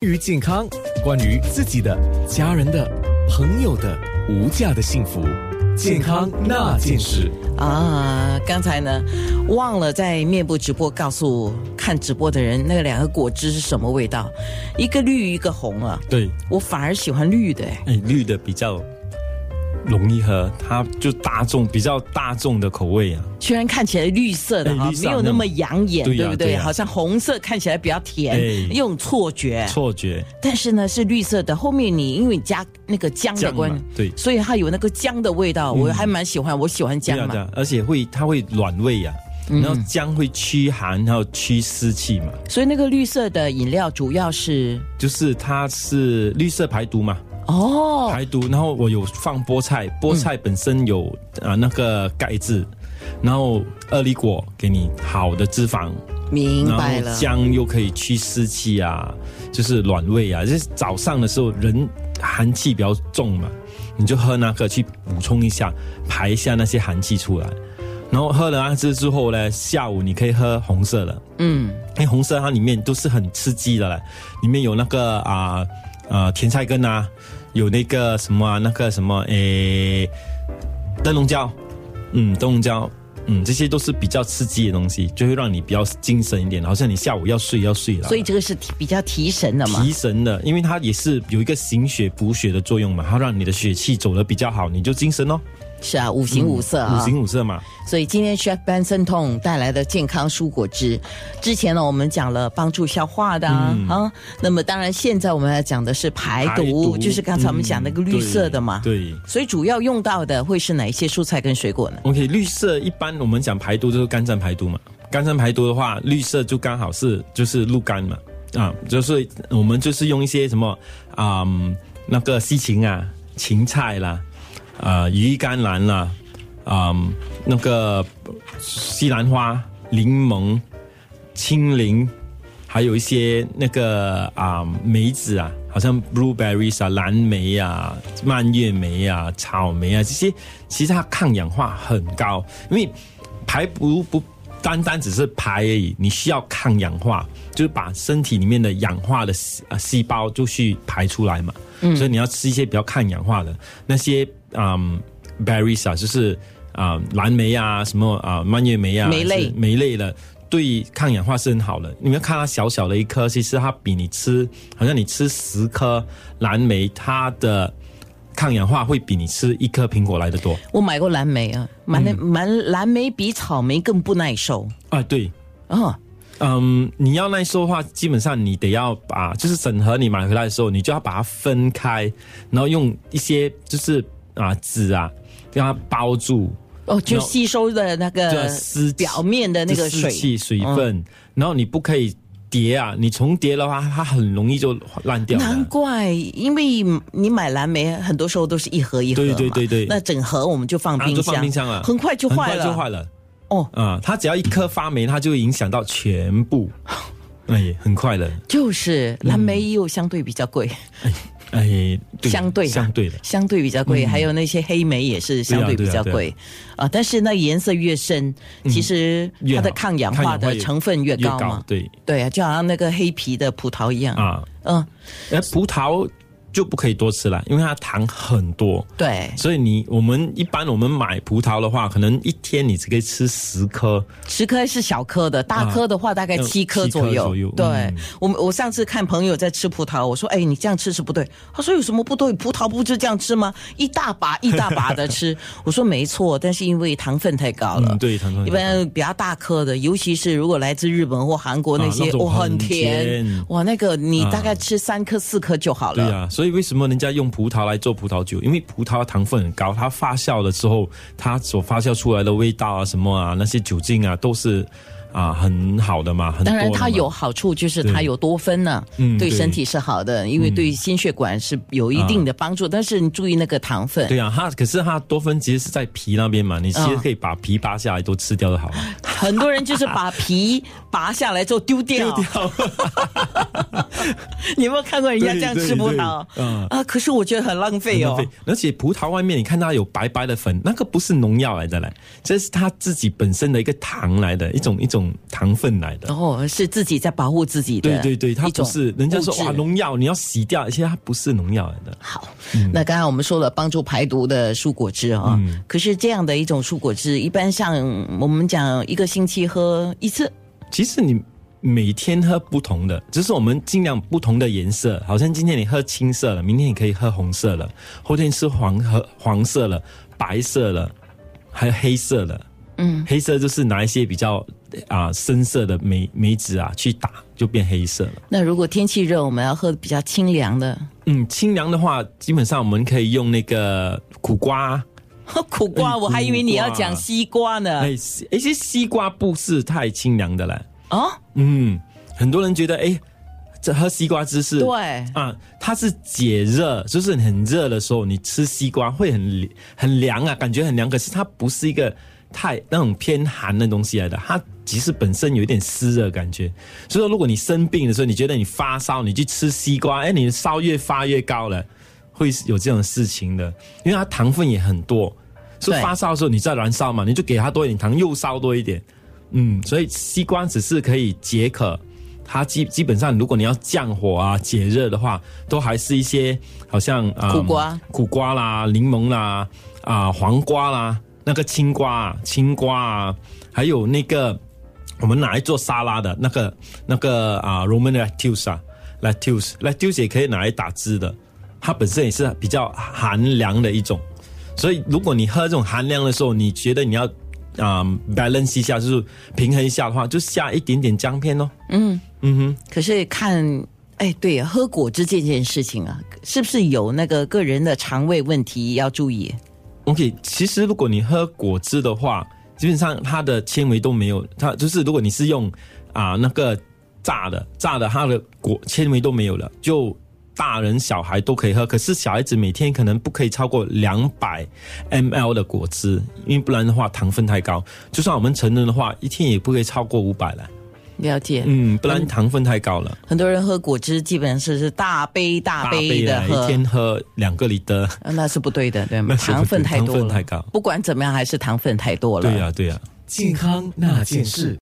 关于健康，关于自己的、家人的、朋友的无价的幸福，健康那件事。啊，刚才呢，忘了在面部直播告诉看直播的人，那两个果汁是什么味道，一个绿一个红啊。对，我反而喜欢绿的诶，哎，绿的比较容易喝，它就大众比较大众的口味啊。虽然看起来绿色的哎哈，绿色没有那么养眼，对呀不对对？呀好像红色看起来比较甜，哎有种错觉。错觉，但是呢，是绿色的。后面你因为你加那个姜的姜关嘛，对所以它有那个姜的味道，我还蛮喜欢。我喜欢对姜啊嘛嗯对，啊，而且会它会暖胃啊，然后姜会驱寒，还有驱湿气嘛，所以那个绿色的饮料主要是就是它是绿色排毒嘛，哦，嗯排毒。然后我有放菠菜，菠菜本身有啊、呃那个钙质，然后二梨果给你好的脂肪，明然白后了。姜又可以祛湿气啊，就是暖胃啊。就是早上的时候人寒气比较重嘛，你就喝那个去补充一下，排一下那些寒气出来。然后喝了那支之后呢，下午你可以喝红色的，嗯，因为哎红色它里面都是很刺激的嘞，里面有那个啊啊、呃甜菜根啊，有那个什么啊那个什么诶灯笼椒，嗯灯笼椒，嗯这些都是比较刺激的东西，就会让你比较精神一点，好像你下午要睡要睡了。所以这个是提比较提神的嘛提。神的，因为它也是有一个行血补血的作用嘛，它让你的血气走得比较好，你就精神哦，是啊，五行五色啊。嗯五行五色嘛。所以今天 Chef Benson Tong 带来的健康蔬果汁，之前呢我们讲了帮助消化的啊，啊那么当然现在我们要讲的是排毒，嗯排毒就是刚才我们讲那个绿色的嘛。嗯。对。对所以主要用到的会是哪一些蔬菜跟水果呢？ OK，绿色一般我们讲排毒就是肝脏排毒嘛，肝脏排毒的话，绿色就刚好是就是鹿肝嘛，啊，就是我们就是用一些什么啊、嗯那个西芹啊、芹菜啦、啊、鱼甘蓝啦、啊、嗯那个西兰花、柠檬、青柠，还有一些那个啊、梅子啊，好像 blueberries 啊、蓝莓啊、蔓越莓啊、草莓啊这些，其实它抗氧化很高，因为排毒不单单只是排而已，你需要抗氧化，就是把身体里面的氧化的细啊细胞就去排出来嘛。嗯所以你要吃一些比较抗氧化的那些嗯 berries 啊，就是啊、蓝莓啊，什么啊、蔓越莓啊，莓类是莓类的，对抗氧化是很好的。你们看它小小的一颗，其实它比你吃，好像你吃十颗蓝莓，它的抗氧化会比你吃一颗苹果来的多我买过蓝莓啊，买嗯那买蓝莓比草莓更不耐受啊。对，哦，嗯，你要耐受的话，基本上你得要把，就是整盒你买回来的时候，你就要把它分开，然后用一些就是啊纸啊，让它包住，哦，就那吸收的那就要个湿气表面的那个湿水，嗯气、水分，然后你不可以叠啊，你重叠的话，它很容易就烂掉难了。怪，因为你买蓝莓很多时候都是一盒一盒嘛对对对对那整盒我们就放啊冰就箱，放冰箱了，很快就坏很了，快就坏了。哦，啊，它只要一颗发霉，它就会影响到全 部。哎，很快了，就是蓝莓又相对比较贵，哎，嗯对相对啊相对的，嗯相对比较贵，还有那些黑莓也是相对比较贵啊但是那颜色越深，其实嗯越它好的抗氧化抗氧化的也成分越越高嘛。对对啊，就好像那个黑皮的葡萄一样，啊，嗯，哎，葡萄就不可以多吃了，因为它糖很多。对，所以你我们一般我们买葡萄的话，可能一天你只可以吃十颗，十颗是小颗的，大颗的话大概要七颗啊七左颗右。左右对、嗯我，我上次看朋友在吃葡萄，我说：“哎，你这样吃是不对。”他说：“有什么不对？葡萄不就这样吃吗？一大把一大把的 吃。”我说：“没错，但是因为糖分太高了。嗯对糖分一太高般比较大颗的，尤其是如果来自日本或韩国那啊些，那种哇、很很甜，甜哇，那个你啊大概吃三颗四颗就好对了。啊，所以为什么人家用葡萄来做葡萄酒？因为葡萄糖分很高，它发酵了之后，它所发酵出来的味道啊、什么啊、那些酒精啊，都是啊很好的嘛。很多当的嘛然，它有好处，就是它对有多酚呢、嗯对对嗯身体是好的，因为对心血管是有一定的帮助。但是你注意那个糖分，对啊，它可是它多酚其实是在皮那边嘛，你其实可以把皮扒下来都吃掉就好了。 很多人就是把皮拔下来之后丢掉。 你有没有看过人家这样吃葡萄？对对对嗯啊，可是我觉得很浪费哦对。，而且葡萄外面你看它有白白的粉，那个不是农药来的嘞，这是它自己本身的一个糖来的一种一种种糖分来的。然后是自己在保护自己的对哦啊一种物质，对对，它不是人家说哇农药你要洗掉，其实它不是农药来的。好，那刚才我们说了帮助排毒的蔬果汁啊、嗯可是这样的一种蔬果汁，一般像我们讲一个星期喝一次，其实你每天喝不同的，只是我们尽量不同的颜色。好像今天你喝青色了，明天你可以喝红色了，后天吃黄和黄色了、白色了，还有黑色了。嗯，黑色就是拿一些比较啊、深色的梅梅子啊去打，就变黑色了。那如果天气热，我们要喝比较清凉的， 嗯，清凉的话，基本上我们可以用那个苦瓜、苦瓜，哎我还以为你要苦瓜讲西瓜呢。哎，西哎，其实西瓜不是太清凉的嘞。哦，嗯，很多人觉得，哎，这喝西瓜汁是对，啊，它是解热，就是你很热的时候，你吃西瓜会很凉很凉啊，感觉很凉。可是它不是一个太那种偏寒的东西来的，它其实本身有一点湿热感觉。所以说，如果你生病的时候，你觉得你发烧，你去吃西瓜，哎，你的烧越发越高了，会有这种事情的，因为它糖分也很多。所以对发烧的时候你在燃烧嘛，你就给它多一点糖，又烧多一点。嗯，所以西瓜只是可以解渴，它基基本上如果你要降火啊、解热的话，都还是一些好像、啊苦瓜、苦瓜啦、柠檬啦、啊、黄瓜啦、那个青瓜、啊、青瓜啊，还有那个我们拿来做沙拉的那个那个啊、Roman lettuce 啊，lettuce lettuce 也可以拿来打汁的，它本身也是比较寒凉的一种。所以如果你喝这种寒凉的时候，你觉得你要啊、balance 一下，就是平衡一下的话，就下一点点姜片哦。可是看，哎，对，喝果汁这件事情啊，是不是有那个个人的肠胃问题要注意？ OK，其实如果你喝果汁的话，基本上它的纤维都没有，它就是如果你是用啊、那个榨的榨的，它的果纤维都没有了，就大人小孩都可以喝。可是小孩子每天可能不可以超过两百 ml 的果汁，因为不然的话糖分太高。就算我们成人的话，一天也不可以超过五百了，了解，嗯，不然糖分太高了。很多人喝果汁基本上是大杯大大杯的啊喝，一天喝两个 liter，呃那是不对的，对吗？那是不对糖分太多了，糖分太高不管怎么样，还是糖分太多了。对呀、对呀、健康那件事。